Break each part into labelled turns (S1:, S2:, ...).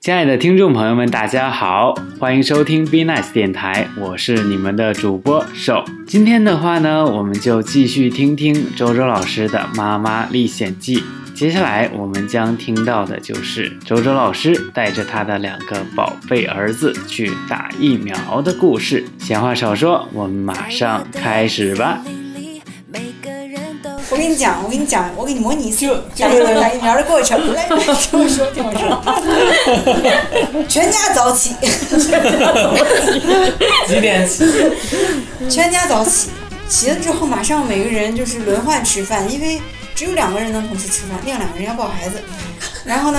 S1: 亲爱的听众朋友们，大家好，欢迎收听 Be Nice 电台，我是你们的主播瘦。今天的话呢，我们就继续听听周周老师的《妈妈历险记》。接下来我们将听到的就是周周老师带着他的两个宝贝儿子去打疫苗的故事。闲话少说，我们马上开始吧。
S2: 我跟你讲，我跟你讲，我给你模拟一次
S3: 就
S2: 打疫苗打疫苗的过 程。来，来听我说，听我说，全家早起，
S3: 几点起？
S2: 全家早起，起了之后马上每个人就是轮换吃饭，因为只有两个人能同时吃饭，另外两个人要抱孩子。然后呢，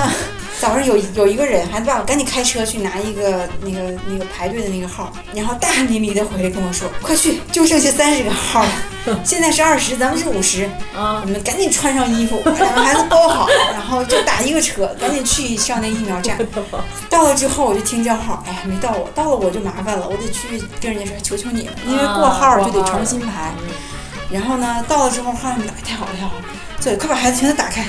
S2: 早上有有一个人孩子爸爸赶紧开车去拿一个那个那个排队的那个号，然后大汗淋漓的回来跟我说：“快去，就剩下三十个号了，现在是二十，咱们是五十。”
S3: 啊，
S2: 我们赶紧穿上衣服，把两个孩子包好，然后就打一个车，赶紧去上那疫苗站。到了之后我就听叫号，哎呀没到我，到了我就麻烦了，我得去跟人家说求求你了，因为啊过号嗯就得重新排。然后呢，到了之后号你打开，太好了太好了，对，快把孩子全都打开，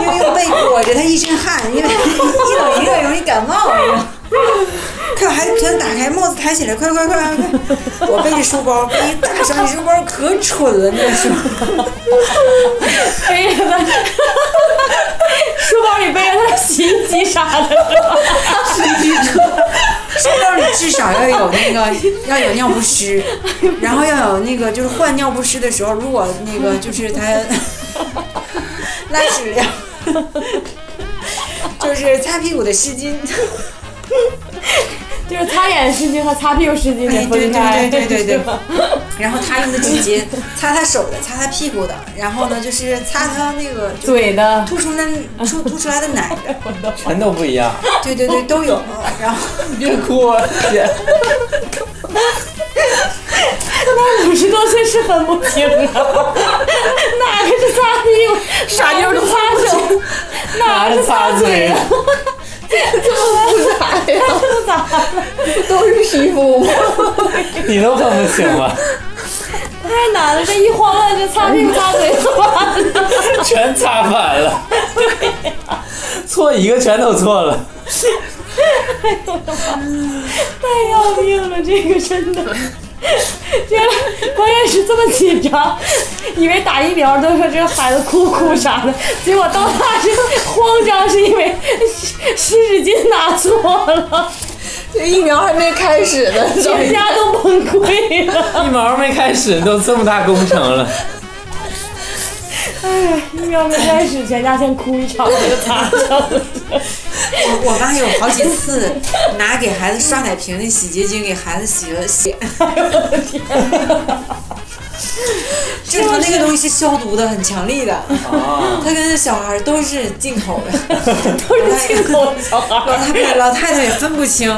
S2: 因为又被裹着他一身汗，因为一冷一热容易感冒，你知道吗快把孩子全都打开，帽子抬起来，快快快快快！我背着书包，背一大箱书包可蠢了，那个时候。
S3: 背着他，书包里背着他的洗衣机啥的，
S2: 书包里至少要有那个要有尿不湿，然后要有那个就是换尿不湿的时候，如果那个就是他拉屎了，就是擦屁股的湿巾，
S3: 就是擦眼湿巾和擦屁股湿巾得分开。
S2: 哎对对对对对对
S3: 是吧
S2: 然后他用的纸巾擦他手的，擦他屁股的，然后呢就是擦他那个就
S3: 嘴的，
S2: 吐出那出吐出来的奶 的，
S4: 全都不 一样。
S2: 对对对都有，然后
S4: 别哭啊，姐，
S3: 五十多岁是分不清的，哪个是擦屁股，
S2: 傻妞儿
S3: 哪个
S2: 都
S3: 是擦手，哪个是擦嘴的？
S5: 都是皮肤，
S4: 你都分不清了，
S3: 太难了，这一慌乱就擦屁股擦嘴怎么办呢？
S4: 全擦反了。对、错一个全都错了。
S3: 太要命了，这个真的。这关键是这么紧张，以为打疫苗都说这个孩子哭哭啥的，结果到那是慌张，是因为湿湿纸巾拿错了，
S5: 这疫苗还没开始呢，
S3: 全家都崩溃了。
S4: 一毛没开始都这么大工程了，
S3: 疫苗没开始，全家先哭一场，我就擦上了。
S2: 我我妈有好几次拿给孩子刷奶瓶的洗洁精给孩子洗 了洗，就是它那个东西是消毒的，很强 力的。
S5: 哦
S2: 它跟小孩都是进口的，
S3: 都是进口小孩
S2: 老太太 老太太也分不 清，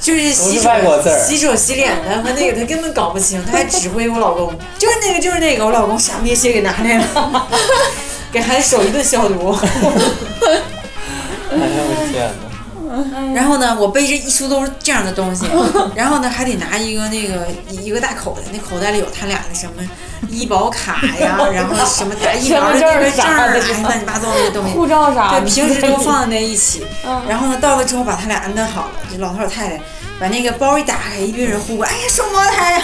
S2: 就是洗手
S4: 都是外国字儿
S2: 洗手洗脸的和那个，她根本搞不清，她还指挥我老公，就是那个就是那个，我老公傻憋气给拿来 了，给孩子手一顿消毒。
S4: 哎呦我天哪！
S2: 然后呢，我背着一书都是这样的东西，然后呢还得拿一个那个一个大口袋，那口袋里有他俩的什么医保卡呀，然后什么打疫苗的那个证儿啊，哎乱七八糟那东西。
S3: 护照啥
S2: 对，
S3: 的，
S2: 平时都放在那一起。
S3: 嗯
S2: 然后呢，到了之后把他俩安顿好了，这老头老太太把那个包一打开，一堆人呼过，哎呀，双胞胎呀！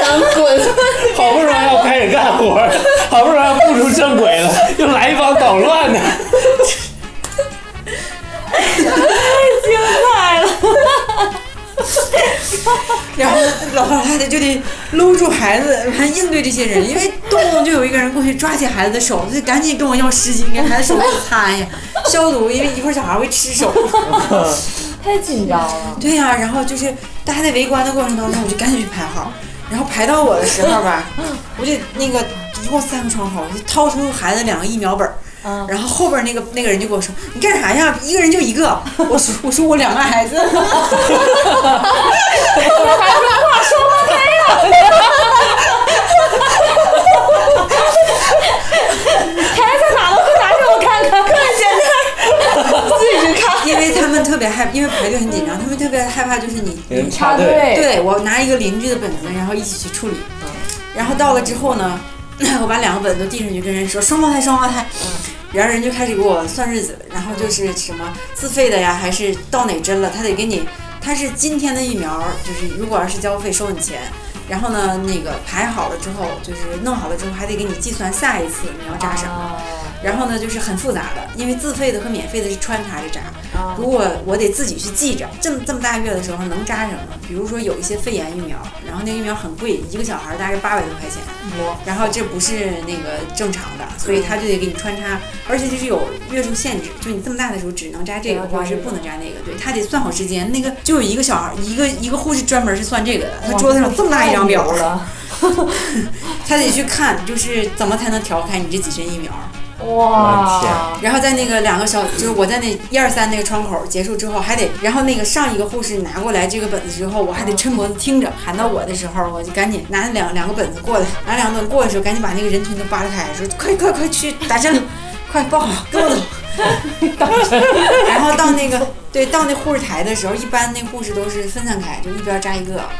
S5: 想滚。
S4: 好不容易要开始干活了，好不容易要步入正轨了，又来一帮捣乱的。
S3: 精彩了。
S2: 然后老头老太太就得搂住孩子，还应对这些人，因为动不动就有一个人过去抓起孩子的手，就赶紧跟我要湿巾，给孩子手擦呀，消毒，因为一会儿小孩会吃手。
S3: 太紧张了，
S2: 对呀、然后就是大家在围观的过程当中，我就赶紧去排号，然后排到我的时候吧，我就那个一共三个窗口，我就掏出孩子两个疫苗本儿。
S3: 嗯
S2: 然后后边那个那个人就跟我说：“你干啥呀？一个人就一个。”我说：“我说我两个孩子。”
S3: 还说话说不开了。孩子哪能不拿给我看看？看见
S2: 因为他们特别害，因为排队很紧张，他们特别害怕话就是你
S6: 给人
S7: 插
S6: 插队，
S7: 队，
S2: 对我拿一个邻居的本子，然后一起去处理。然后到了之后呢， 我把两个本子都递上去，跟人说双胞胎，双胞胎。然后人就开始给我算日子，然后就是什么自费的呀，还是到哪针了，他得给你，他是今天的疫苗，就是如果要是交费收你钱。然后呢，那个排好了之后，就是弄好了之后，还得给你计算下一次你要扎什么。然后呢，就是很复杂的，因为自费的和免费的是穿插着扎。
S7: 啊
S2: 如果我得自己去记着，这么这么大月的时候能扎什么？比如说有一些肺炎疫苗，然后那个疫苗很贵，一个小孩大概八百多块钱，然后这不是那个正常的，所以他就得给你穿插，而且就是有月数限制，就你这么大的时候只能扎这个，
S7: 不
S2: 或
S7: 能扎
S2: 者是
S7: 这个
S2: 不能扎那个，对他得算好时间。那个就有一个小孩，一个一个护士专门是算这个的，他桌子上哦这么大一张表
S7: 太，牛了，
S2: 他得去看，就是怎么才能调开你这几针疫苗。
S6: 我的
S7: 哇！
S2: 然后在那个两个小，就是我在那一二三那个窗口结束之后，还得，然后那个上一个护士拿过来这个本子之后，我还得抻脖子听着，喊到我的时候，我就赶紧拿两两个本子过来，拿两个本子过来的时候，赶紧把那个人群都扒拉开，说快快快去打针，快抱好，跟我走。 然后到那个对到那护士台的时候，一般那护士都是分散开，就一边扎一个，
S6: 啊，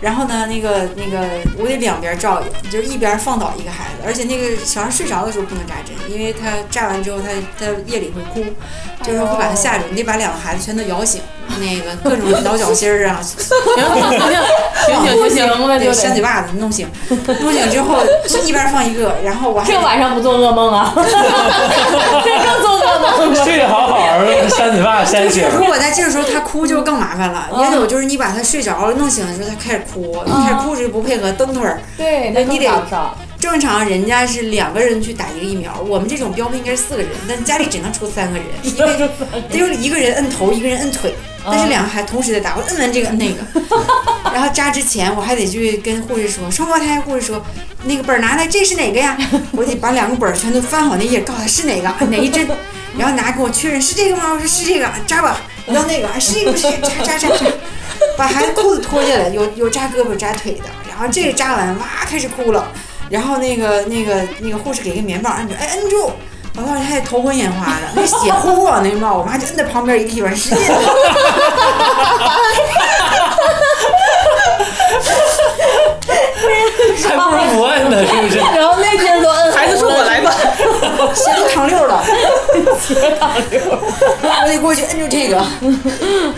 S2: 然后呢，那个那个，我得两边照应，就是一边放倒一个孩子，而且那个小孩睡着的时候不能扎针，因为他扎完之后，他他夜里会哭，就是会把他吓着，你得把两个孩子全都摇醒，那个各种挠脚心儿啊，
S7: 不
S8: 行行
S7: 行
S8: 行行，
S7: 了，就
S2: 扇嘴
S7: 得
S2: 巴子弄醒，弄醒之后是一边放一个，然后我还
S7: 这晚上不做噩梦啊，
S3: 啊
S7: 这更做噩梦了。
S6: 睡得好好的，扇嘴巴扇醒，
S2: 如果在这个时候他哭就更麻烦了，
S7: 哦
S2: 也有就是你把他睡着了弄醒的时候他开始哭，一开始哭时不配合蹬腿儿，
S7: 对，那
S2: 你
S7: 更
S2: 得
S7: 赶不上。
S2: 正常人家是两个人去打一个疫苗，我们这种标配应该是四个人，但家里只能出三个人，因为得有一个人摁头，一个人摁腿，但是两个还同时在打，我摁完这个摁那个，然后扎之前我还得去跟护士说，双胞胎护士说，那个本儿拿来，这是哪个呀？我得把两个本儿全都翻好那页，告诉他是哪个哪一针，然后拿给我确认是这个吗？我说是这个，扎吧，你要那个啊是这个不是这个扎扎扎扎。把孩子裤子脱下来，有有扎胳膊扎腿的，然后这个扎完哇开始哭了，然后那个那个那个护士给个棉棒摁住，哎摁住，我当时还头昏眼花的，那血 呼啊往那冒，我妈就摁在旁边一个地方使劲摁，
S6: 还不如不摁呢，是不是？
S9: 然后那边都摁
S8: 孩子说我来吧，
S2: 血都淌溜了，血淌溜，我得过去摁住这个，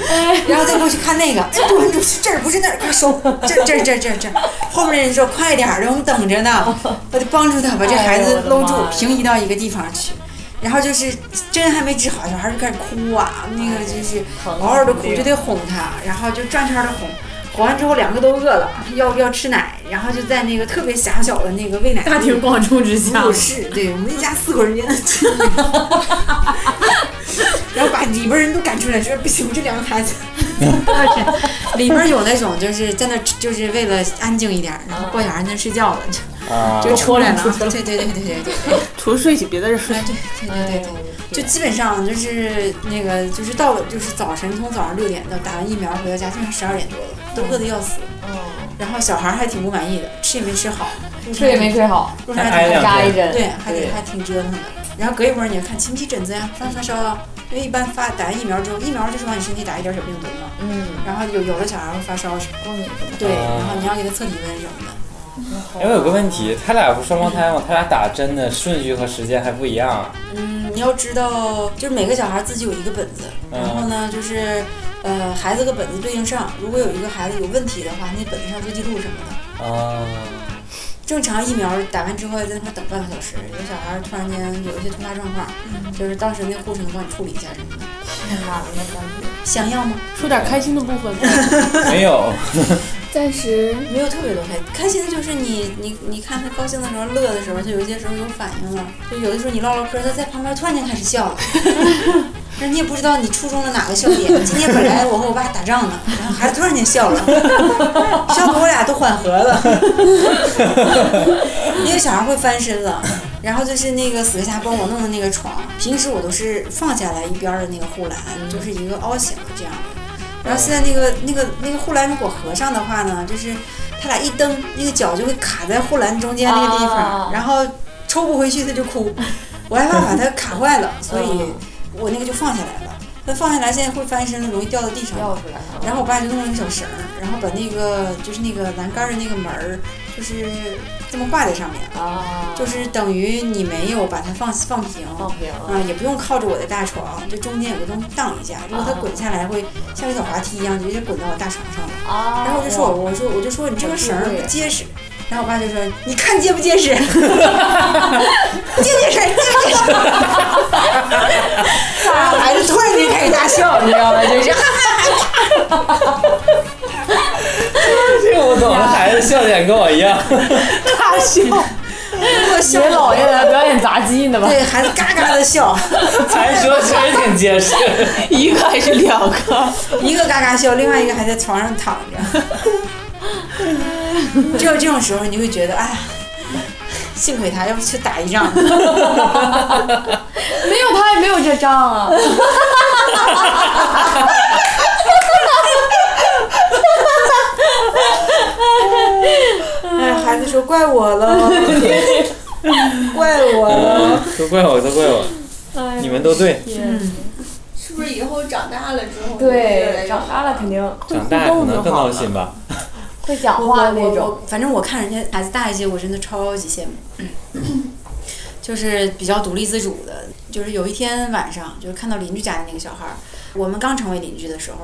S7: 哎
S2: 然后再过去看那个，摁住摁住是这儿不是那儿，快收，这儿这儿这儿这儿这儿，后面的人说快点儿的，我们等着呢，我得帮助他把这孩子搂
S7: 哎呦我
S2: 住
S7: 的妈呀，
S2: 平移到一个地方去。然后就是针还没治好，小孩儿就开始哭啊，那个就是
S7: 哎啊
S2: 嗷嗷的哭，就得哄他，然后就转圈的哄。哄完之后，两个都饿了，要要吃奶，然后就在那个特别狭小的那个喂奶
S8: 大庭广众之下
S2: 不，是，对我们一家四口人， 然后把里边人都赶出来，说不行，这两个孩 子。 里边有那种就是在那，就是为了安静一点，然后抱小孩在那睡觉的，
S6: 啊，
S2: 就嗯出来了。对对对对对对
S8: 除了睡起别的事
S2: 对对对对对。就基本上就是那个，就是到了就是早晨，从早上六点到打完疫苗回到家，基本上十二点多了，都饿得要死。然后小孩还挺不满意的，吃也没吃好，
S7: 睡也没睡好，
S2: 路
S6: 还
S2: 上
S6: 挨
S2: 还
S6: 两
S7: 扎一
S6: 针，
S7: 针。
S2: 对，还得还挺折腾的。然后隔一会儿你就看勤提疹子呀，发发烧啊，因为一般发打完疫苗之后，疫苗就是往你身体打一点小病毒嘛。
S9: 嗯。
S2: 然后有有的小孩会发烧什么，
S9: 过敏什么
S2: 对，
S6: 啊
S2: 然后你要给他测体温什么的。
S6: 哎，我有个问题，他俩不是双胞胎吗？他俩打针的顺序和时间还不一样啊。
S2: 嗯，你要知道，就是每个小孩自己有一个本子，然后呢就是。呃，孩子和本子对应上，如果有一个孩子有问题的话，那本子上做记录什么的。
S6: 啊，
S2: 正常疫苗打完之后要在那块等半个小时，有小孩突然间有一些突发状况，就是当时那护士能帮你处理一下什么的。想要吗？
S8: 说点开心的部分吧。
S6: 没 有，
S9: 暂时
S2: 没有特别多开心，开心的就是你你你看他高兴的时候、乐的时候，就有一些时候有反应了。就有的时候你唠唠嗑，他在旁边突然间开始笑了，但是你也不知道你触中了哪个笑点。今天本来我和我爸打仗呢，然后孩子突然间笑了，笑得我俩都缓和了。因为小孩会翻身了，然后就是那个死磕侠帮我弄的那个床，平时我都是放下来一边儿的那个护栏，就是一个凹形的这样的。然后现在那个那个那个护栏如果合上的话呢，就是他俩一蹬，那个脚就会卡在护栏中间那个地方，
S7: 啊
S2: 然后
S3: 嗯
S2: 抽不回去他就哭，我害怕把它卡坏了，所以我那个就放下来了。它放下来现在会翻身了，容易掉到地上。
S3: 要出来。
S2: 然后我爸就弄了个小绳儿，然后把那个就是那个栏杆儿的那个门儿，就是这么挂在上面，
S3: 啊，
S2: 就是等于你没有把它放放平。
S3: 放平
S2: 啊，也不用靠着我的大床，就中间有个东西挡一下。如果它滚下来，会像一个小滑梯一样，直接滚到我大床上了。
S3: 啊
S2: 然后我就说，我我说我就说你这个绳儿不结实。然后我爸就说，你看结不结实？结 不结实？结不结实？然后孩子突然间开始大笑。
S3: 笑，你知道吗？就是
S6: 这个我懂了，孩子笑点跟我一 样。
S3: 大笑。
S2: 如果笑
S3: 给姥爷来表演杂技呢吧？
S2: 对孩子嘎嘎的笑，
S6: 才说确实挺结实，
S3: 一个还是两个？
S2: 一个嘎嘎笑，另外一个还在床上躺着。只有这种时候，你会觉得，哎呀，幸亏他，要不去打一仗。
S7: 没有他也没有这张啊。
S2: 哎，孩子说怪我 了，怪我了。
S6: 都怪我，都怪我，
S7: 哎
S3: 嗯
S6: 你们都对。
S9: 是不是以后长大了之后
S7: 对，长大了肯定会
S6: 长
S7: 互
S6: 大可
S7: 动
S6: 能
S7: 就
S6: 更
S7: 好
S6: 闹
S7: 了，
S6: 心吧。
S7: 会讲
S2: 我
S7: 话
S2: 我
S7: 那种。
S2: 我反正我看人家孩子大一些，我真的超级羡慕， 就是比较独立自主的。就是有一天晚上，就是看到邻居家的那个小孩儿，我们刚成为邻居的时候，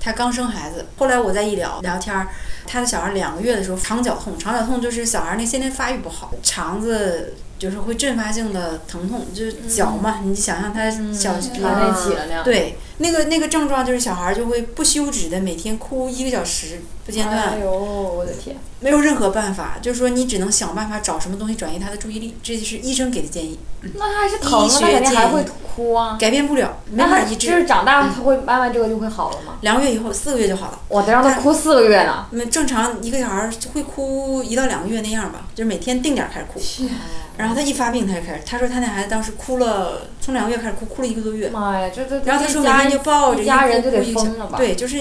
S2: 他刚生孩子。后来我在一聊聊天儿，他的小孩两个月的时候肠绞痛，肠绞痛就是小孩那先天发育不好，肠子。就是会阵发性的疼痛，就是绞嘛，你想象他
S3: 嗯
S2: 小
S7: 嗯
S3: 连
S7: 啊
S3: 在一起了呢。
S2: 对，那个那个症状就是小孩儿就会不休止的每天哭一个小时不间断，
S7: 哎呦，我的天！
S2: 没有任何办法，就是说你只能想办法找什么东西转移他的注意力，这就是医生给的建议，
S7: 那他还是
S2: 医
S7: 疼了，
S2: 学
S7: 他肯定还
S2: 建议
S7: 会哭啊。
S2: 改变不了，没
S7: 那
S2: 法
S7: 他
S2: 医
S7: 就是
S2: 治。
S7: 长大，他会慢慢这个就会好了吗？
S2: 两个月以后，四个月就好了。
S7: 我得让他哭四个月呢。
S2: 那正常一个小孩儿会哭一到两个月那样吧，就是每天定点儿开始哭。
S7: 啊
S2: 然后他一发病他就开始，他说他那孩子当时哭了，从两个月开始哭，哭了一个多月。
S7: 妈呀，这这
S2: 嗯然后他说
S7: 一
S2: 每
S7: 家
S2: 天就抱着，
S7: 一家人
S2: 哭
S7: 就得
S2: 哭一下
S7: 疯了吧？
S2: 对，就是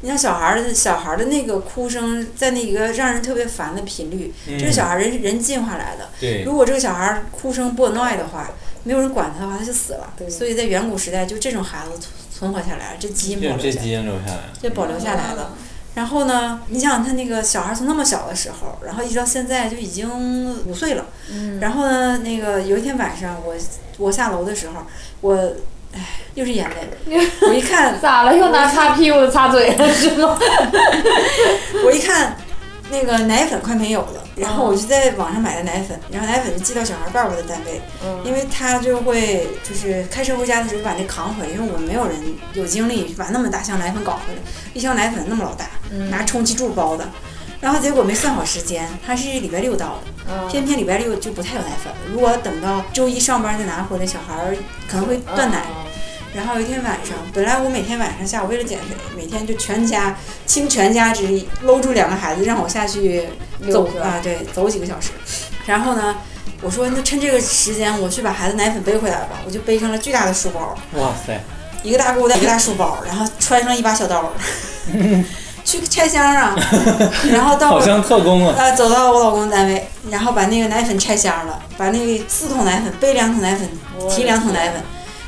S2: 你像小孩儿的小孩儿的那个哭声，在那个让人特别烦的频率，
S6: 嗯
S2: 这是小孩儿人人进化来的。
S6: 对，
S2: 如果这个小孩儿哭声不耐的话，没有人管他的话，他就死了。
S7: 对
S2: 所以在远古时代，就这种孩子存存活下来了，这基因保
S6: 用
S2: 留
S6: 这
S2: 下来，
S6: 基因留下来。
S2: 这保留下来了。然后呢，你想他那个小孩儿从那么小的时候，然后一直到现在就已经五岁了。
S7: 嗯，
S2: 然后呢，那个有一天晚上，我我下楼的时候，我唉，又是眼泪。我一看
S7: 咋了？又拿
S2: 嗯
S7: 擦屁股擦嘴了是吗？
S2: 我一看，那个奶粉快没有了，然后我就在网上买的奶粉，然后奶粉就寄到小孩爸爸的单位，因为他就会就是开车回家的时候把那扛回，因为我们没有人有精力把那么大箱奶粉搞回来，一箱奶粉那么老大，
S7: 嗯
S3: 嗯
S2: 拿充气柱包的。然后结果没算好时间，他是礼拜六到
S7: 嗯
S2: 的，偏偏礼拜六就不太有奶粉。如果等到周一上班再拿回来，小孩儿可能
S3: 嗯
S2: 会断奶。然后有一天晚上，本来我每天晚上下午为了减肥，每天就全家倾全家之力搂住两个孩子，让我下去
S7: 嗯
S2: 走啊，对，走几个小时。然后呢，我说那趁这个时间，我去把孩子奶粉背回来吧。我就背上了巨大的书包，
S6: 哇塞，
S2: 一个大购物袋，一个大书包，然后穿上一把小刀， 去拆箱 啊。然后到
S6: 好
S2: 我
S6: 像特工啊！
S2: 呃，走到我老公单位，然后把那个奶粉拆箱了，把那个四桶奶粉背两桶奶粉，提两桶奶粉，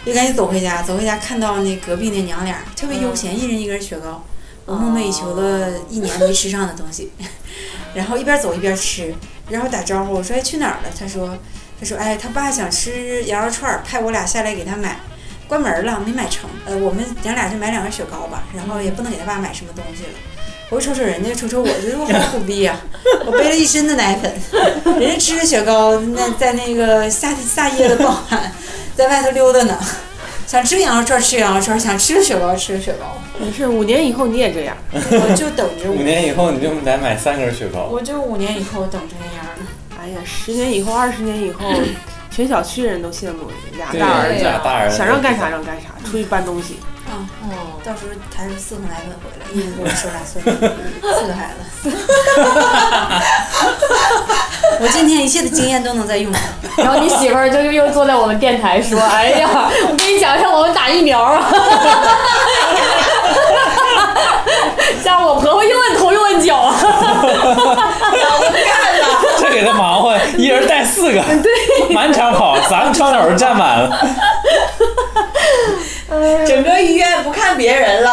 S2: 就赶紧走回家。走回家看到那隔壁那娘俩儿特别
S6: 嗯
S2: 悠闲，一人一根雪糕，我梦寐以求了一年没吃上的东西， 然后一边走一边吃，然后打招呼我说哎去哪儿了？他说他说哎他爸想吃羊肉串儿，派我俩下来给他买。关门了，没买成。呃，我们娘俩就买两根雪糕吧，然后也不能给他爸买什么东西了。我就瞅瞅人家，瞅瞅我，觉得我好苦逼呀、啊我背了一身的奶粉，人家吃着雪糕，那在那个下下夜的傍晚，在外头溜达呢。想吃羊肉串吃羊肉串，想吃雪糕吃雪糕，
S8: 没事，五年以后你也这样。
S2: 我就等着
S6: 五
S2: 我，
S6: 年以后你就得买三根雪糕。
S2: 我就五年以后等着那样儿。
S8: 哎呀，十年以后、二十年以后，全小区人都羡慕你俩
S6: 对
S8: 大儿
S6: 这俩啊大人
S8: 子，想让干啥让干啥，出去搬东西。
S7: 嗯
S3: 哦，
S2: 到时候抬着四桶奶粉回来，一人给我收俩孙子，四个孩子。 我今天一切的经验都能在用上。
S7: 然后你媳妇儿就又又坐在我们电台 说：“哎呀，我跟你讲一下，我们打疫苗啊。”像我婆婆又摁头又摁脚啊，
S6: 这给他忙活，一人带四个，满场跑，咱们窗口站满了。
S9: 整个医院不看别人了。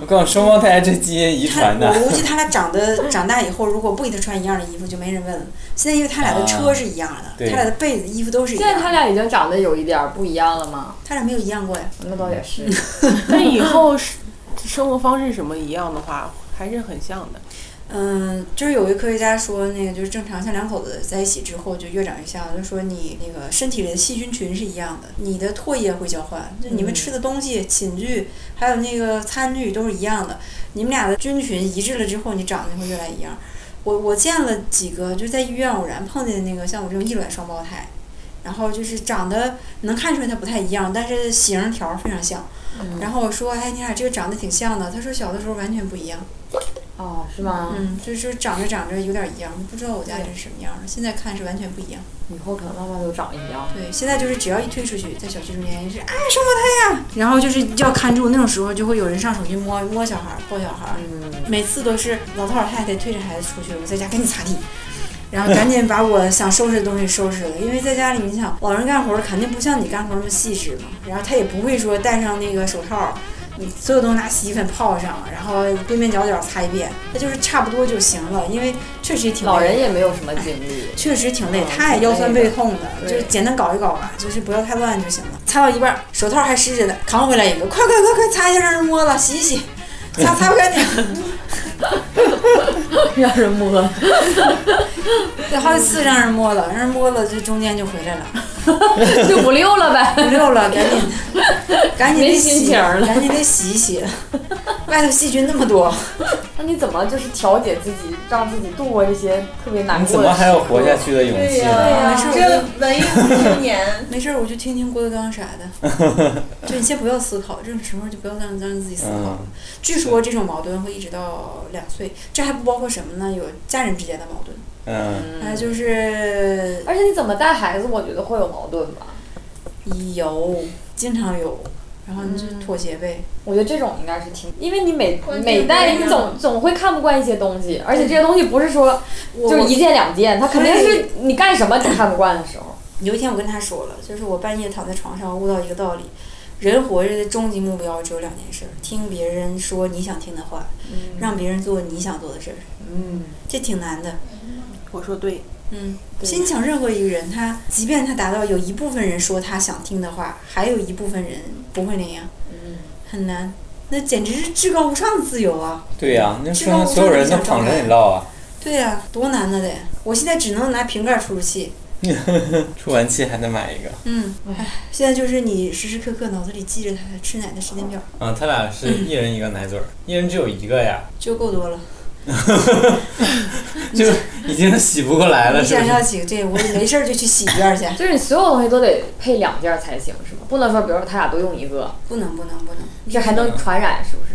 S4: 我告诉你，双胞胎这基因遗
S2: 他
S4: 传的
S2: 我，估计他俩长得长大以后，如果不给他穿一样的衣服，就没人问了。现在因为他俩的车是一样的，
S4: 对
S2: 他俩的被子、衣服都是一
S3: 现在
S2: 样
S3: 他
S2: 的，
S3: 俩已经长得有一点儿不一样了吗？
S2: 他俩没有一样过呀。
S3: 那倒也是，
S4: 嗯
S8: 但以后是生活方式什么一样的话，还是很像的。
S2: 嗯，就是有一科学家说，那个就是正常像两口子在一起之后就越长越像，就说你那个身体里的细菌群是一样的，你的唾液会交换，就你们吃的东西、寝具还有那个餐具都是一样的，你们俩的菌群一致了之后，你长得就会越来越一样。我我见了几个，就是在医院偶然碰见那个像我这种异卵双胞胎，然后就是长得能看出来它不太一样，但是形儿条儿非常像。然后我说，哎，你俩这个长得挺像的。他说小的时候完全不一样。
S3: 哦，是吗？
S2: 嗯，就是长着长着有点一样，不知道我家人是什么样的。现在看是完全不一样。
S3: 以后可能慢慢都长一样。
S2: 对，现在就是只要一推出去，在小区中间就是哎双胞胎呀，然后就是要看住，那种时候就会有人上手去摸摸小孩儿、抱小孩儿。
S4: 嗯
S3: 嗯
S2: 每次都是老头老太太推着孩子出去，我在家赶紧擦地。然后赶紧把我想收拾的东西收拾了，因为在家里，你想老人干活儿肯定不像你干活儿那么细致嘛。然后他也不会说戴上那个手套儿，你所有东西拿洗衣粉泡上，然后边边角角擦一遍，那就是差不多就行了。因为确实也挺累
S3: 老人
S2: 的
S3: 也没有什么精力，
S2: 确实挺累
S3: 嗯，
S2: 他也腰酸背痛的，
S3: 对
S2: 就是简单搞一搞吧，就是不要太乱就行了。擦到一半，手套还湿着呢，扛回来一个，快快快快擦一下，让人摸了，洗一洗，擦擦不干净。
S3: 让人摸。
S2: 对，好几次让人摸了，让人摸了，这中间就回来 了，
S3: 就不溜了呗。
S2: 不溜了，赶紧， 赶紧得
S3: 没心
S2: 洗，
S3: 情儿了
S2: 赶紧得洗一洗，外头细菌那么多。
S3: 那你怎么就是调节自己，让自己度过这些特别难
S4: 你怎
S3: 过的
S4: 么
S3: 时
S4: 还有活下去的勇气
S9: 对
S4: 呢？
S9: 呀、
S2: 没事我
S9: 这文艺青年
S2: 没事儿，我就听听郭德纲啥的。 就你先不要思考，这种时候就不要让让自己思考了。
S4: 嗯
S2: 据说这种矛盾会一直到两岁，这还不包括什么呢？有家人之间的矛盾。
S4: 嗯，
S2: 啊，就是
S3: 候？而且你怎么带孩子，我觉得会有矛盾吧。
S2: 有，经常有，然后你
S3: 嗯
S2: 就妥协呗。
S3: 我觉得这种应该是挺，因为你每
S9: 关键
S3: 每代
S9: 不一
S3: 你
S9: 样
S3: 总总会看不惯一些东西，而且这些东西不是说
S2: 我
S3: 就是一件两件，它肯定是
S2: 对
S3: 你干什么你看不惯的时候。
S2: 有一天我跟他说了，就是我半夜躺在床上悟到一个道理：人活着的终极目标只有两件事儿，听别人说你想听的话，让别人做你想做的事儿。
S3: 嗯，
S2: 这挺难的。
S8: 我说对，
S2: 嗯，其实你想任何一个人，他即便他达到有一部分人说他想听的话，还有一部分人不会那样，很难。那简直是至高无上的自由啊！
S4: 对呀，那说明所有人都捧着你唠啊。
S2: 对呀、多难的得！我现在只能拿瓶盖出出气。
S4: 出完气还得买一个。
S2: 嗯，唉，现在就是你时时刻刻脑子里记着他吃奶的时间表，
S4: 嗯，他俩是一人一个奶嘴 儿，一人只有一个呀，
S2: 就够多了。
S4: 就已经洗不过来了，
S2: 你
S4: 是不
S2: 想
S4: 是
S2: 要？几个这，我没事儿就去洗一遍去。
S3: 就是你所有东西都得配两件才行，是吗？不能说比如说他俩都用一个，
S2: 不能不能不能，
S3: 这还能传染是不是？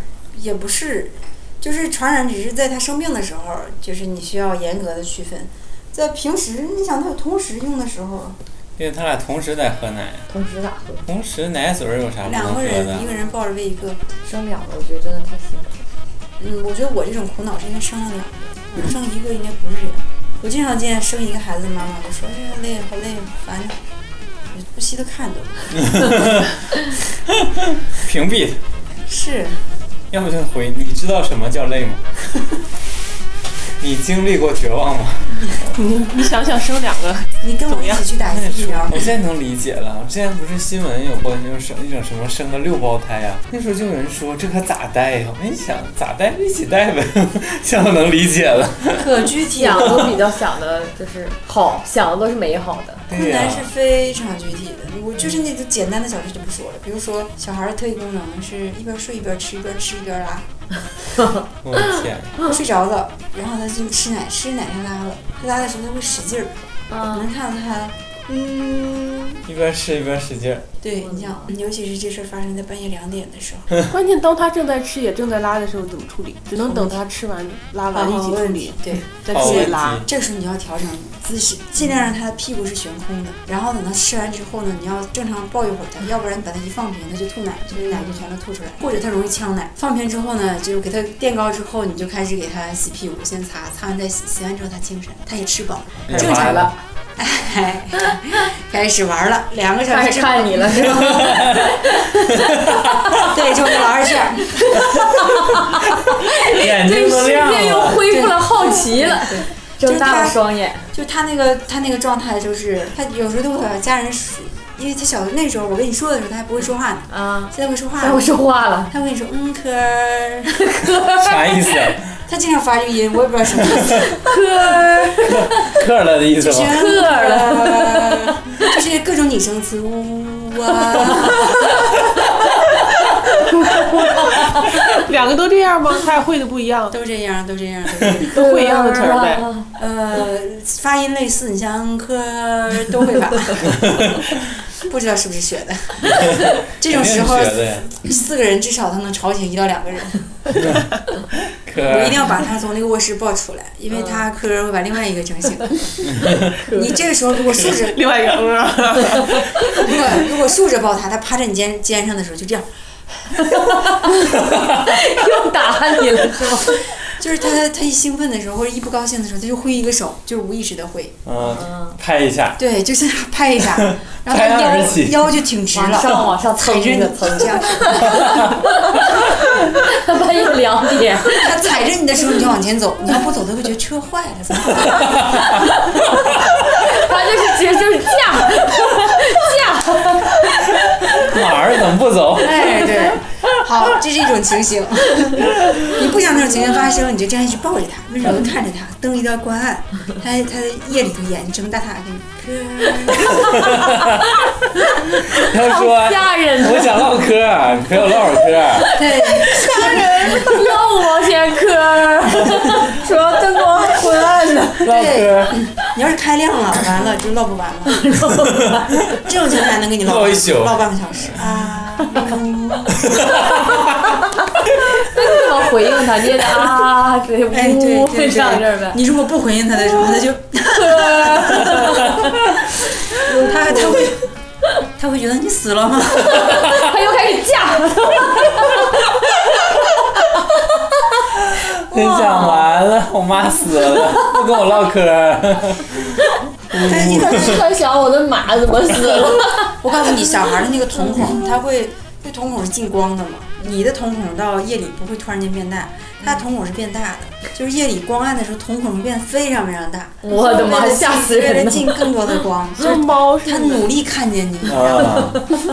S2: 也不是，就是传染只是在他生病的时候，就是你需要严格的区分。在平时，你想他有同时用的时候，
S4: 因为他俩同时在喝奶，
S3: 同时咋喝？
S4: 同时奶嘴儿有啥不能
S2: 两
S4: 喝
S2: 个人一
S4: 的？
S2: 个人抱着喂一个，
S3: 生两个，我觉得真的太辛苦了。
S2: 嗯，我觉得我这种苦恼是因为生了两个，生一个应该不是这样。我经常见生一个孩子的妈妈都说：“哎呀，累，好累，烦。”我就不稀得看都
S4: 屏蔽他，
S2: 是
S4: 要不就回。你知道什么叫累吗？你经历过绝望吗？
S8: 你你想想生两个，
S2: 你跟我一起去打一次疫苗，
S4: 我现在能理解了。之前不是新闻有过那种生一种什么生个六胞胎啊，那时候就有人说这可咋带呀？我一想咋带就一起带呗， 现在我能理解了。
S2: 可具体
S3: 想
S2: 了。
S3: 都比较想的就是好， 想的都是美好的。
S4: 对
S2: 困
S4: 啊呀、
S2: 难是非常具体的，我就是那个简单的小事就不说了，比如说小孩儿的特异功能是一边睡一边吃，一边吃一边拉，
S4: 我的天，
S2: 睡着了，然后他就吃奶，吃奶他拉了，他拉的时候他会使劲儿，
S3: 嗯，
S2: 能看到他，嗯，
S4: 一边吃一边使劲儿。
S2: 对你想，尤其是这事儿发生在半夜两点的时候，
S8: 关键当他正在吃也正在拉的时候，你怎么处理？只能等他吃完拉完一起处
S2: 问
S8: 理
S2: 题，，对，
S8: 再
S4: 好
S8: 自己
S4: 问
S8: 拉。
S4: 题，
S2: 这个时候你就要调整姿势，尽量让他的屁股是悬空的，然后等他吃完之后呢，你要正常抱一会儿他，要不然你把他一放平，他就吐奶，就是奶就全都吐出来，或者他容易呛奶。放平之后呢，就是给他垫高之后，你就开始给他洗屁股，先擦，擦完再洗，洗完之后他精神，他也吃饱了，
S4: 太
S2: 正
S4: 麻
S2: 常
S4: 烦了。
S2: 哎，开始玩了，两个小
S3: 开
S2: 时
S3: 始
S2: 之
S3: 看你了是吧？
S2: 对，就那老二圈儿，
S6: 眼
S3: 对
S6: 睛都
S3: 世
S4: 啊
S6: 亮
S3: 界又
S6: 了。
S3: 恢复了好奇了，睁大了双眼。
S2: 就他那个他那个状态，就是他有时候都会和家人说，因为他小那时候我跟你说的时候，他还不会说话呢，
S3: 啊，
S2: 现在会说话
S3: 哎，我
S2: 了，
S3: 说话了，
S2: 他会跟你说嗯科儿，
S4: 啥意思？啊
S2: 他经常发语音，我也不知道什么意思，
S4: 克了的意思
S2: 就是
S4: 吗？
S2: 科了，就是各种拟声词，呜啊，
S8: 两个都这样吗？他俩会的不一样，
S2: 都这样，都这样，都这样。
S8: 都会一样的词儿呗。
S2: 呃，发音类似，你像科都会吧？ 不知道是不是学的。这种时候，
S4: 肯定是学的呀
S2: 四个人至少他能吵醒一到两个人。我一定
S4: 克
S2: 要把他从那个卧室抱出来，因为他科会把另外一个整醒。你这个时候如果竖着，
S8: 另外一个嗯啊，
S2: 如果如果竖着抱他，他趴在你肩肩上的时候就这样，
S3: 又打你了是吗？
S2: 就是他他一兴奋的时候或者一不高兴的时候，他就挥一个手，就是无意识的挥，
S4: 嗯，拍一下，
S2: 对，就是拍一下，然后他
S4: 拍案而
S2: 腰
S4: 起
S2: 腰就挺直
S3: 往
S2: 了，
S3: 上往上蹭
S2: 踩着
S3: 着
S2: 你
S3: 蹭
S2: 这，样。
S3: 半夜两点，
S2: 他踩着你的时候，你就往前走，你要不走，他会觉得车坏了，怎么办？
S3: 他就是直接就是架架，
S4: 马儿怎么不走？
S2: 哎，对，好，这是一种情形。 你不想那种情形发生，你就这样一直抱着他，温柔的看着他，灯一定要关暗。他他在夜里头眼睁大大给你，
S4: 他说
S3: 好吓人
S4: 我
S3: 啊！
S4: 想唠嗑儿，你陪我唠会儿嗑啊儿。
S2: 对，
S3: 又往前磕儿，说灯光昏暗呢，
S4: 唠嗑儿
S2: 你要是开亮了，完了就唠不 完了。这种情况还能跟你唠
S4: 唠一宿
S2: 唠半个小时啊。
S3: 那怎么回应他？你也得啊，直接
S2: 哎，对
S3: 呜
S2: 对
S3: 这样这儿啊
S2: 对
S3: 呗，。
S2: 你如果不回应他的时候，他就，他 他会他会觉得你死了 吗？
S3: 他又开始架，
S4: 真想完了，我妈死了，不跟我唠嗑儿。
S2: 但是你可能
S3: 他想我的马怎么死了？
S2: 我告诉你，小孩的那个瞳孔，它会，那瞳孔是进光的嘛？你的瞳孔到夜里不会突然间变大，他瞳孔是变大的，就是夜里光暗的时候，瞳孔会变得非常非常大。
S3: 我的妈，吓死
S2: 为
S3: 人
S2: 了
S3: 了！
S2: 进更多的光，就是
S8: 猫是
S2: 他努力看见你，
S4: 啊，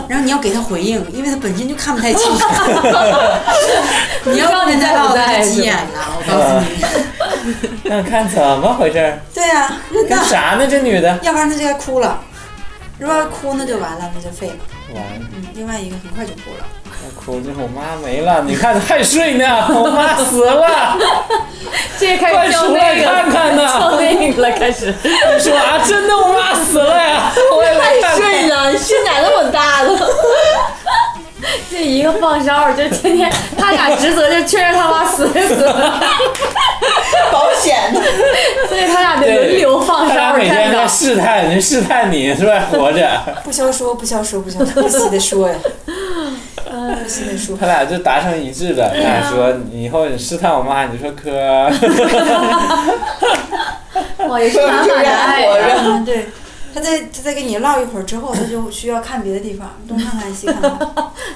S2: 然后你要给他回应，因为他本身就看不太清 楚。 你要不跟他唠，他就急眼了。
S4: 嗯
S2: 我告诉你，
S4: 那看怎么回事儿？
S2: 对啊，真
S4: 干
S2: 的，
S4: 啥呢？这女的？
S2: 要不然他就该哭了。如果要哭那就完了，那就废了。
S4: 完了，
S2: 嗯，另外一个很快就哭了。
S4: 我哭，这我妈没了。你看还睡呢，我妈死了。
S3: 这开始叫那个，
S4: 快出来看看呐
S3: 叫那个了，开始。
S4: 你说啊，真的我妈死了呀？我也来看
S3: 睡
S4: 看。
S3: 呢，心咋那么大呢？ 这一个放哨，就天天他俩职责就确认他妈死没死，
S9: 保险呢？
S3: 所以他俩得轮流放哨
S4: 他俩每天
S3: 看
S4: 在
S3: 岗。
S4: 试探，人试探你是不是还活着？
S2: 不消说，不消说，不消说，不惜的说呀，
S4: 嗯
S2: 不惜的说。
S4: 他俩就达成一致了。他俩说，你以后你试探我妈，你就说科儿。
S3: 哇，哦也是满满的爱啊。
S2: 嗯，对，他再他再跟你唠一会儿之后，他就需要看别的地方，东看看西看看，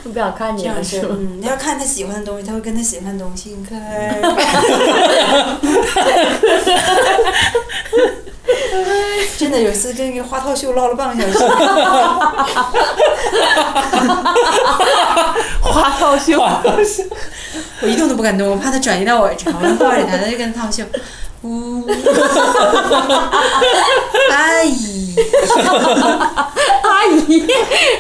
S3: 不想看
S2: 这
S3: 你了
S2: 样是
S3: 是吗？
S2: 嗯，你要看他喜欢的东西，他会跟他喜欢的东西你看。 真的有一次跟一个花套秀唠了半个 小时，
S8: 花套秀，
S2: 我一动都不敢动，我怕他转移到我身上，我就抱着他，他就跟他套秀，呜， 哎阿姨。
S3: 阿姨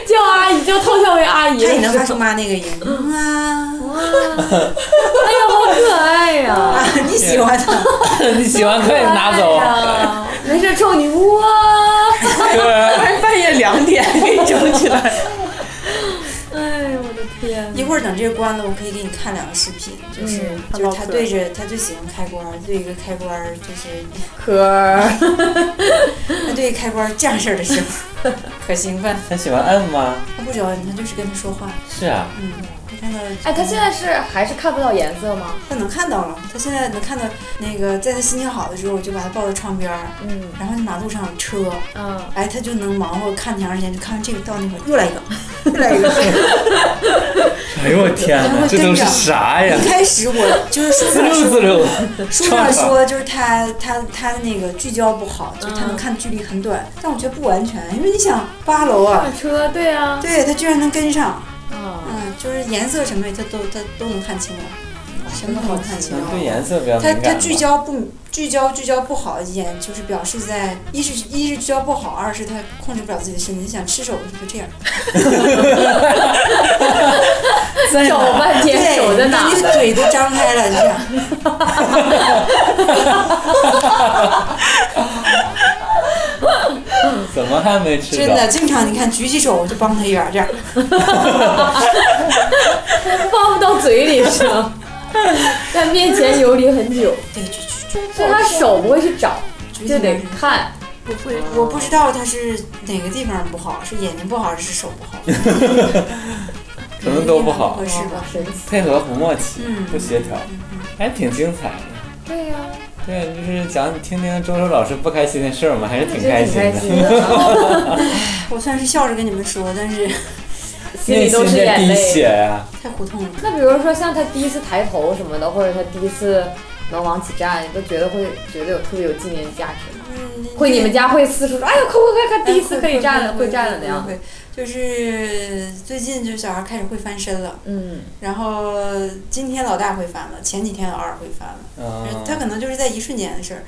S3: 叫阿姨就偷笑为阿姨
S2: 他也能
S3: 了是
S2: 发
S3: 吗，
S2: 出妈那个音嗯啊
S3: 哎呀，好可爱呀、
S2: 啊！你喜欢他？
S4: 你喜欢可以拿走。
S3: 哎呀没事冲你哇！
S4: 科儿。
S8: 半 夜两点给你整起来，
S3: 哎呦我的天，
S2: 一会儿等这个关了，我可以给你看两个视频，就是、
S3: 嗯
S8: 他
S2: 就是
S8: 唠
S2: 他
S8: 嗑
S2: 对着他最喜欢开关儿，对一个开关儿就是
S3: 壳儿
S2: 他对开关儿这样式儿的时 候，可兴奋。
S4: 他喜欢摁吗？
S2: 他不找你，他就是跟他说话，
S4: 是啊，
S2: 嗯，看到。
S3: 哎，他现在是还是看不到颜色吗？
S2: 他能看到了，他现在能看到那个，在他心情好的时候，我就把他抱到窗边儿，
S3: 嗯
S2: 然后马路上有车，
S3: 嗯，
S2: 哎，他就能忙活看挺长时间，就看完这个到那会儿又来一个， 又来 一个。
S4: 哎呦我天哪，这都是啥呀
S2: 一？开始我就是书
S4: 滋
S2: 上
S4: 溜
S2: 说，
S4: 滋溜，
S2: 书上说就是他他他的那个聚焦不好，就是
S3: 嗯
S2: 他能看距离很短，但我觉得不完全，因为你想八楼啊，
S3: 看车，对啊，
S2: 对他居然能跟上，
S3: 嗯。
S2: 嗯，就是颜色什么的他都他都能看清了，
S4: 哦
S2: 什么都能看清
S4: 能
S2: 了。
S4: 对颜色比较
S2: 他
S4: 敏
S2: 他
S4: 感吗。
S2: 聚焦不聚焦聚焦不好的一点，就是表示在一是一是聚焦不好，二是他控制不了自己的身体。你想吃手的时候就这样，
S3: 找半天
S2: 对，
S3: 手在哪
S2: 那那
S3: 呢？
S2: 个嘴都张开了，就这样。
S4: 怎么还没吃
S2: 真
S4: 着？
S2: 的，经常你看举起手我就帮他一把，这样。
S3: 放不到嘴里是吗？在面前游离很久，
S2: 对，举举举
S3: 所以他手不会去找，
S2: 举
S3: 就
S2: 起
S3: 得
S2: 来。
S3: 看。
S8: 不会，
S2: 我不知道他是哪个地方不好，是眼睛不好还是手不好？ 嗯
S4: 可能都不好
S2: 合适吧
S3: 哇？神奇。
S4: 配合不默契，
S2: 嗯
S4: 不协调，还挺精彩的。
S3: 对呀、
S4: 对，就是讲听听周周老师不开心的事儿嘛，还是挺开心
S3: 真挺开
S4: 的。
S3: 心的，
S2: 我算是笑着跟你们说，但 是
S3: 心
S4: 内
S3: 里都
S4: 心
S3: 是
S4: 在
S3: 眼
S4: 滴血啊
S3: 泪。
S4: 呀、
S2: 太胡同了。
S3: 那比如说像他第一次抬头什么的，或者他第一次能往起站，你都觉得会觉得有特别有纪念价值吗？
S2: 嗯，
S3: 会你们家会四处说，哎呦，快快快看，第一次可以站了，
S2: 会
S3: 会站了那样。
S2: 会，就是最近就小孩开始会翻身了，
S3: 嗯，
S2: 然后今天老大会翻了，前几天老二会翻了。
S4: 嗯，
S2: 他可能就是在一瞬间的事儿。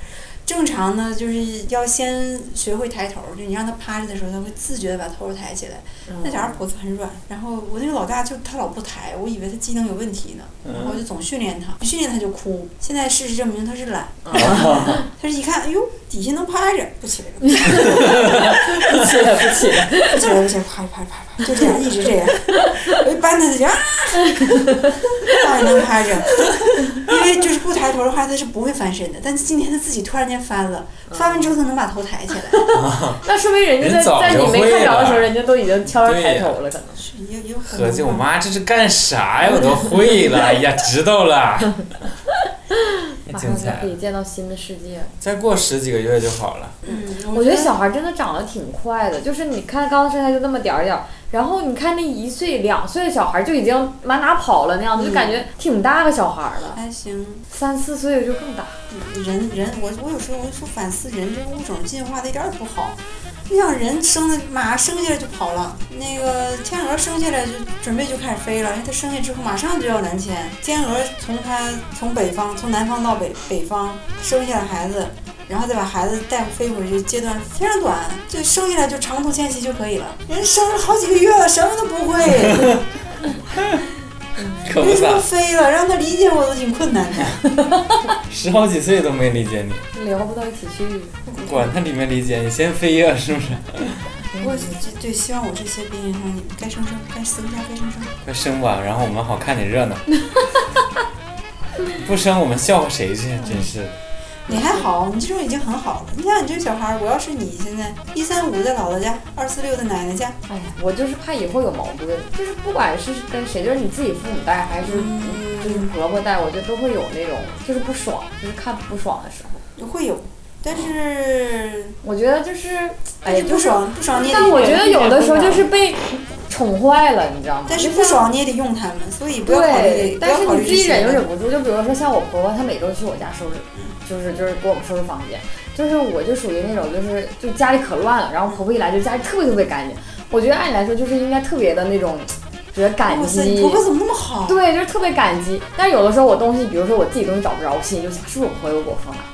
S2: 正常呢，就是要先学会抬头，就你让他趴着的时候，他会自觉的把头抬起来。那小孩脖子很软，然后我那个老大就他老不抬，我以为他机能有问题呢，然后就总训练他，训练他就哭。现在事实证明他是懒，他是一看，哎呦，底下能趴着，不起来了，
S3: 起来不起来？
S2: 不起来，不起来，趴着趴着趴着，就这样一直这样。我一扳他，他就啊，他也能趴着，因为就是不抬头的话，他是不会翻身的。但是今天他自己突然间翻了，翻完之后他能把头抬起来，
S3: 那说明人家
S4: 人
S3: 在
S4: 早
S3: 在你
S4: 就
S3: 没
S4: 会
S3: 看着的时候，
S4: 了
S3: 人家都已经悄悄
S4: 对
S3: 抬
S4: 呀
S3: 头了，可能。
S2: 也也有可
S4: 合计嗯我
S2: 能吧。
S4: 妈这是干啥呀？我都会了，哎呀，知道了。哎
S3: 马
S4: 精
S3: 上就
S4: 彩
S3: 可！以见到新的世界。
S4: 再过十几个月就好了。
S2: 嗯，
S3: 我觉得小孩真的长得挺快的，就是你看刚生下来就那么点儿点儿，然后你看那一岁两岁的小孩就已经满哪跑了那样子，就感觉挺大个小孩了，
S2: 还行，
S3: 三四岁就更大。
S2: 人人我我有时候我就说反思人这个物种进化的一点儿也不好。你想人生的马生下来就跑了，那个天鹅生下来就准备就开始飞了，因为它生下之后马上就要南迁。天鹅从它从北方从南方到北北方生下来孩子，然后再把孩子带飞回去，阶段非常短，就生下来就长途迁徙就可以了。人生了好几个月了，什么都不会，
S4: 可不
S2: 为什
S4: 咋
S2: 么，飞了？让他理解我都挺困难的。
S4: 十好几岁都没理解你，
S3: 聊不到一起去，
S4: 管他理没理解你，先飞呀，是不是？
S2: 不过这对，希望我这些别影响你们，该生生，该生下该生生。
S4: 快生吧，然后我们好看点热闹。不生我们笑话谁去？真是的。
S2: 你还好，你这种已经很好了。你像你这个小孩儿，我要是你现在一三五在姥姥家，二四六在奶奶家，
S3: 哎呀，我就是怕以后有矛盾，就是不管是跟谁，就是你自己父母带还是
S2: 嗯
S3: 就是婆婆带，我觉得都会有那种就是不爽，就是看不爽的时候。
S2: 会有，但是
S3: 我觉得就是，哎
S2: 但
S3: 呀，
S2: 是
S3: 就
S2: 不
S3: 是，
S2: 爽，不爽你也
S3: 但
S2: 得，
S3: 我觉得有的时候就是被宠坏了，你知道吗？
S2: 但是
S3: 就
S2: 不
S3: 像
S2: 爽你也得用他们，所以不要考虑
S3: 对，，
S2: 不
S3: 但
S2: 要
S3: 是
S2: 考
S3: 你
S2: 虑
S3: 自
S2: 这
S3: 己忍
S2: 些
S3: 就
S2: 问
S3: 忍
S2: 题。
S3: 不住。就比如说像我婆婆，她每周去我家收拾，就是就是给我们收拾房间，就是我就属于那种就是就家里可乱了，然后婆婆一来就家里特别特别干净。我觉得按理来说就是应该特别的那种，觉得感
S2: 哇塞，你
S3: 激
S2: 婆。婆怎么那么好？
S3: 对，就是特别感激。但是有的时候我东西，比如说我自己东西找不着，我心里就想，是不是我朋友给我放哪儿？啊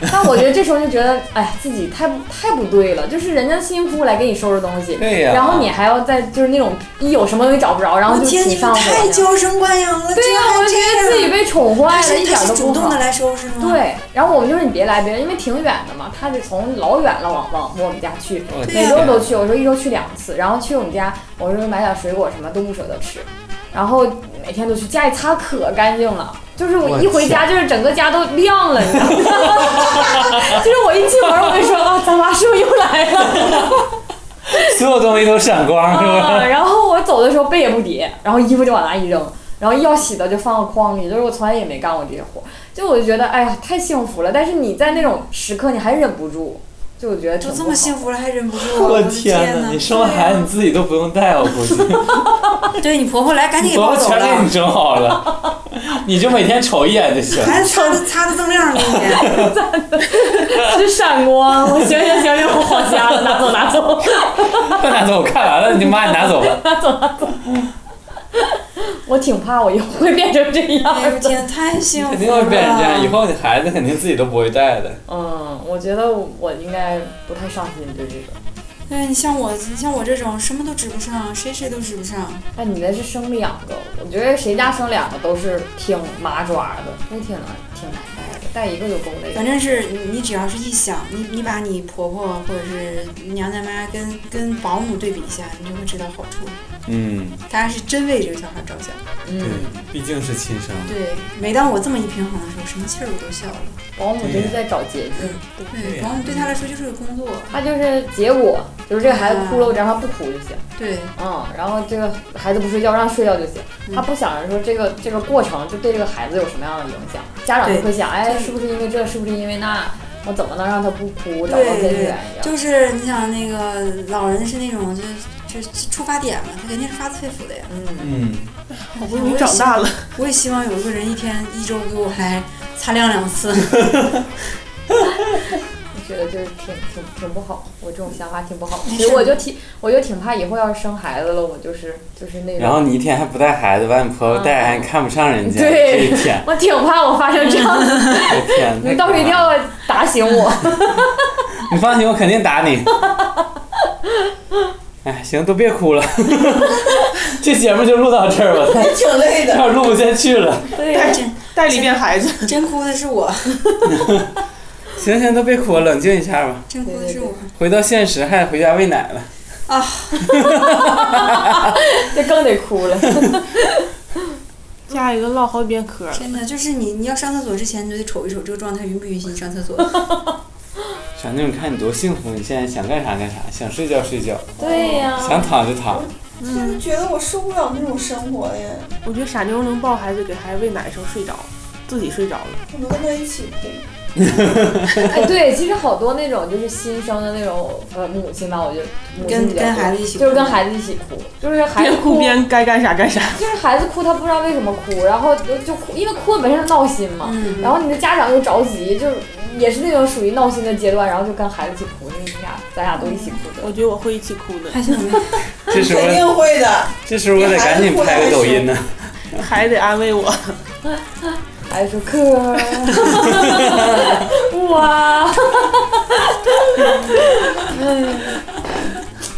S3: 但我觉得这时候就觉得，哎，自己太不太不对了，就是人家辛辛苦苦来给你收拾东西，
S4: 对呀
S3: 然后你还要再就是那种一有什么东西找不着，然后
S2: 我
S3: 就
S2: 天，
S3: 提
S2: 你
S3: 上
S2: 们
S3: 我
S2: 太
S3: 了
S2: 娇生惯养了，
S3: 对
S2: 居
S3: 呀、
S2: 然还
S3: 我觉得自
S2: 这
S3: 己
S2: 样。
S3: 被宠坏
S2: 他
S3: 了，一
S2: 是
S3: 点
S2: 他
S3: 都
S2: 是主
S3: 不
S2: 动
S3: 好
S2: 的。来收拾吗？，
S3: 对，然后我们就是你别来，别来，因为挺远的嘛，他得从老远了往往我们家去，
S4: 我
S2: 对啊
S3: 每
S2: 呀
S3: 周都去，我说一周去两次，然后去我们家，我说买点水果什么都不舍得吃，然后每天都去，家里擦可干净了，就是我一回家就是整个家都亮了，你知道 吗？就是我一进门我就说啊，咱妈是不是又来了？
S4: 所有东西都闪光，是吧？
S3: 啊， 然后我走的时候被也不叠，然后衣服就往那一扔，然后要洗的就放到筐里，就是我从来也没干过这些活儿，就我就觉得哎呀太幸福了，但是你在那种时刻你还忍不住，就我觉得
S2: 都这么幸
S3: 福，
S2: 福了还忍不住，啊的
S4: 我天
S2: 哪！
S4: 你生完孩子你自己都不用带，我估计，
S2: 对你婆婆来赶紧给
S4: 我
S2: 抱走
S4: 全给
S2: 了
S4: 你，整好了，你就每天瞅一眼就行。
S2: 孩子擦的擦的锃亮的一 天，
S3: 是闪光，我行行行，这我好家了，拿走拿走，
S4: 快拿走，我看完了，你妈你拿走吧。
S3: 我挺怕我以后会变成这
S2: 哎呦
S3: 样的，
S2: 天，太幸福了，
S4: 肯定会变成这
S2: 啊
S4: 样，以后你孩子肯定自己都不会带的。
S3: 嗯，我觉得我应该不太上心对这个，
S2: 对你像我，你像我这种什么都指不上，谁谁都指不上，
S3: 哎，你那是生两个，我觉得谁家生两个都是挺麻爪的，那挺难挺难带的，带一个就够累了
S2: 反。正是你你只要是一想，你你把你婆婆或者是娘家妈跟跟保姆对比一下，你就会知道好处，
S4: 嗯，
S2: 大家是真为这个小孩着想。
S4: 对，
S3: 嗯
S4: 毕竟是亲生的。
S2: 对，每当我这么一平衡的时候，什么气儿我都消了。
S3: 保姆就是在找捷径，
S2: 对，保姆对他来说就是个工作。
S3: 他就是结果，就是这个孩子哭了，我只要他不哭就行，
S2: 对，
S3: 嗯，然后这个孩子不睡觉，让他睡觉就行，他不想着说这个这个过程就对这个孩子有什么样的影响，家长就会想，哎，
S2: 对
S3: 是不是因为这，是不是因为那，我怎么能让他不哭，找到
S2: 对
S3: 根
S2: 对
S3: 源一，样。
S2: 就是你想那个老人是那种就就就出发点嘛，他肯定是发自肺腑的呀。
S4: 嗯，
S8: 好不容易长大了，
S2: 我也希望有一个人一天一周给我来擦亮两次。
S3: 我觉得就是挺挺挺不好，我这种想法挺不好。其实我就挺我就挺怕以后要是生孩子了，我就是就是那
S4: 然后
S3: 种，
S4: 你一天还不带孩子，把你婆婆带，还看不上人家，这
S3: 嗯对
S4: 一 天，
S3: 我挺怕我发生这样的，
S4: 我的天，
S3: 你到时候一定要打醒我。
S4: 你放心，我肯定打你。哎，行，都别哭了， 这节目就录到这儿吧，
S9: 挺累的。
S4: 要录不下去了。
S2: 但真
S8: 带了一遍孩子，
S2: 真哭的是我，
S4: 行行，都别哭了，冷静一下吧。
S2: 真哭的是我。
S4: 回到现实，还得回家喂奶了。
S3: 这更得哭了。
S8: 下一个唠好几遍嗑儿，
S2: 真的就是你，你要上厕所之前你就得瞅一瞅这个状态允不允许你上 厕所。
S4: 小妞，你看你多幸福，你现在想干啥干啥，想睡觉睡觉，
S3: 对呀、
S2: 哦
S9: 嗯
S4: 想躺就躺。
S9: 真的觉得我受不了那种生活呀，
S8: 我觉得傻妞能抱孩子给孩子喂奶的时候睡着，自己睡着了。
S9: 我能跟他一起陪。
S3: 哎，对，其实好多那种就是新生的那种呃母亲吧，我觉得母亲
S2: 跟
S3: 比较
S2: 跟
S3: 多
S2: 孩子一起哭
S3: 就是跟孩子一起哭，就是孩子
S8: 边哭边该干啥干啥。
S3: 就是孩子哭，他不知道为什么哭，然后就就哭，因为哭本身是闹心嘛，
S2: 嗯
S3: 然后你的家长又着急，就是也是那种属于闹心的阶段，然后就跟孩子一起哭，那你俩咱俩都一起哭
S8: 我
S2: 嗯
S3: 的。
S8: 觉得我会一起哭的，
S2: 还行没？
S4: 这时候
S9: 肯，定会的，
S4: 这时候我得赶紧拍个抖音呢。
S8: 孩子得安慰我。
S3: 孩子说哥， 哇，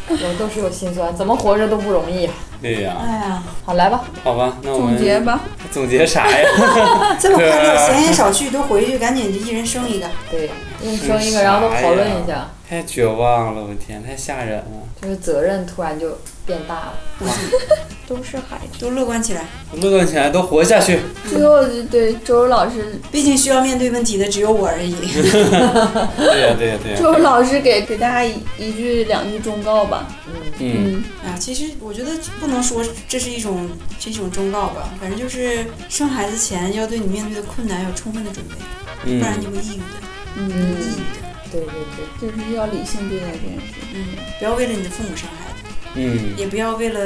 S3: 我 都是有心酸，怎么活着都不容易啊。
S4: 对呀、
S2: 哎呀，
S3: 好，来吧，
S4: 好吧，那我
S9: 总
S4: 们
S9: 结吧。
S4: 总结啥呀？
S2: 这么快乐，闲言少叙，都回去赶紧就一人生一个。
S3: 对，用生一个，然后都讨论一下，
S4: 太绝望了，我天，太吓人了。
S3: 就是责任突然就变大了。
S10: 都是孩子。
S2: 都乐观起来，
S4: 乐观起来，都活下 去。
S10: 最后对周周老师，
S2: 毕竟需要面对问题的只有我而已。
S4: 对呀、对呀、对呀、
S10: 周周老师给给大家一一句两句忠告吧。
S4: 嗯，
S2: 啊，其实我觉得不能说这是一种这是一种忠告吧，反正就是生孩子前要对你面对的困难有充分的准备，不然你
S4: 嗯，
S2: 会抑郁的，
S10: 嗯，
S2: 抑郁的。
S3: 对对对，
S10: 就是要理性对待这件事。
S2: 嗯，不要为了你的父母生孩子，
S4: 嗯，
S2: 也不要为了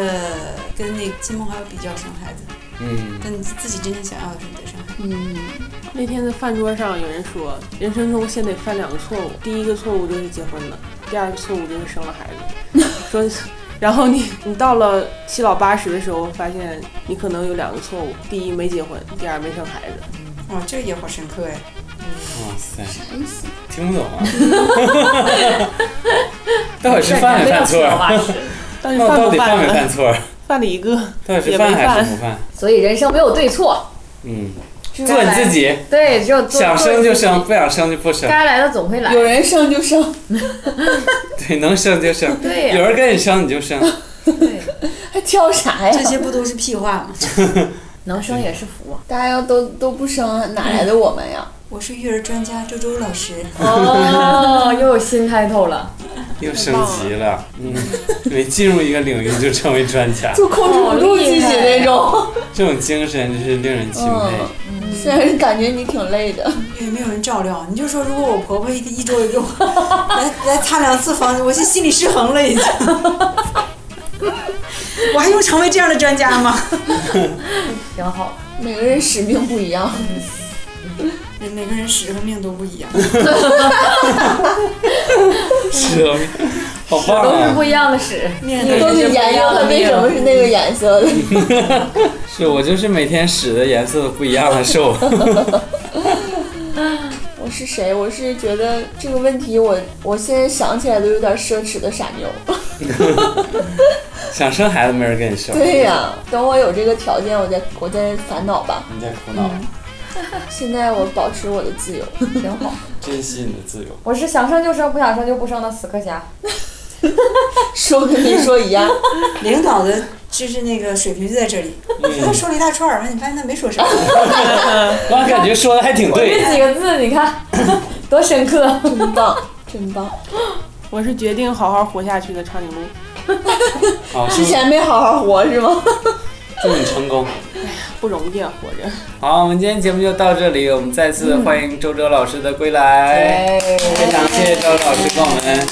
S2: 跟那个亲朋好友比较生孩子，
S4: 嗯，
S2: 跟自己真正想要的是你的生孩子。
S10: 嗯，
S8: 那天在饭桌上有人说，人生中先得犯两个错误，第一个错误就是结婚了，第二个错误就是生了孩 子。说，然后你你到了七老八十的时候，发现你可能有两个错误：第一没结婚，第二没生孩子。
S2: 哇，哦这也好深刻呀！哎
S4: 哇塞，
S10: 啥意思？
S4: 听不懂啊。到底是犯没犯错？啊
S3: 啊
S8: 到底
S4: 那我
S8: 犯
S4: 到
S8: 不
S4: 底犯
S8: 犯
S4: 没
S8: 了？
S4: 犯错？啊
S8: 犯了一个，
S4: 到底是
S8: 也没
S4: 犯还是
S8: 犯
S4: 不犯？
S3: 所以人生没有对错，
S4: 嗯，
S3: 做
S4: 做你自，己，
S3: 对，只有做
S4: 想生就，
S3: 做
S4: 生，
S3: 自己
S4: 不想生就不生。
S3: 该来的总会来
S10: 有。人生就生，
S4: 对，能生就生。
S3: 对呀
S4: 有人跟你生你 就生。
S3: 对，
S10: 还挑啥呀
S2: 这？些不都是屁话吗？
S3: 能生也是福啊。
S10: 大家要都都不生，哪来的我 们呀？
S2: 我是育儿专家周周老师，
S3: 哦哦，又有新 title 了。
S4: 又升级了，嗯，每进入一个领域就成为专 家，
S10: 就控制不住自己那种。
S4: 这种精神真是令人钦
S3: 嗯
S4: 佩。
S10: 虽然感觉你挺累的，
S2: 因为没有人照料。你就说，如果我婆婆一一周给 我来来擦两次房子，我是心理失衡了已经。 我还用成为这样的专家吗？
S3: 挺好。
S10: 每个人使命不一样。
S2: 每每个人使用命都不一样。
S4: 是啊， 好棒
S10: 哎
S3: 都是
S4: 啊！
S3: 不一样的屎，
S2: 面
S10: 你
S2: 对
S10: 都
S2: 着
S10: 是颜色，为什么是那个颜色的？
S4: 是我就是每天使的颜色不一样的兽。
S10: 我是谁？我是觉得这个问题我，我现在想起来都有点奢侈的傻妞。
S4: 想生孩子没人跟你生，
S10: 对呀、等我有这个条件，我再我再烦恼吧。
S4: 你在苦恼，
S10: 嗯现在我保持我的自由，挺好。
S4: 珍惜你的自由。
S3: 我是想生就生，不想生就不生的死磕侠。
S10: 说跟没说一样，
S2: 领导的就是那个水平就在这里。他说了一大串儿，你发现他没说啥。
S4: 我感觉说的还挺对。
S3: 这几个字，你看多深刻。
S10: 真棒，真棒。
S8: 我是决定好好活下去的长颈鹿。
S4: 好，祝
S10: 之前没好好活是吗？
S4: 祝你成功。
S8: 不容易啊，活着。
S4: 好，我们今天节目就到这里，我们再次欢迎周周老师的归来，非常谢谢周周老师跟我们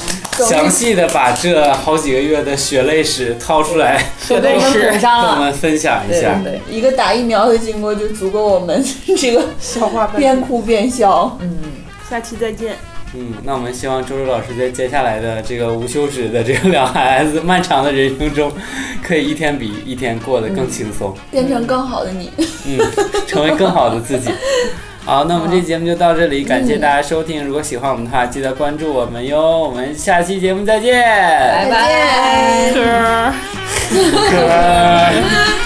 S4: 详细的把这好几个月的血泪史掏出来，血
S3: 泪史
S4: 跟我们分享一下。
S10: 对，一个打疫苗的经过就足够我们 这个
S8: 笑话吧，
S10: 边哭边笑。
S8: 下期再见。
S4: 嗯，那我们希望周周老师在接下来的这个无休止的这个两孩子漫长的人生中，可以一天比一天过得更轻松，
S10: 变成更好的你，
S4: 嗯，成为更好的 自己。好，嗯那我们这节目就到这里，感谢大家收听。如果喜欢我们的话，记得关注我们哟。我们下期节目再见，
S3: 拜拜。
S10: 再见
S8: 歌儿。
S4: 拜拜。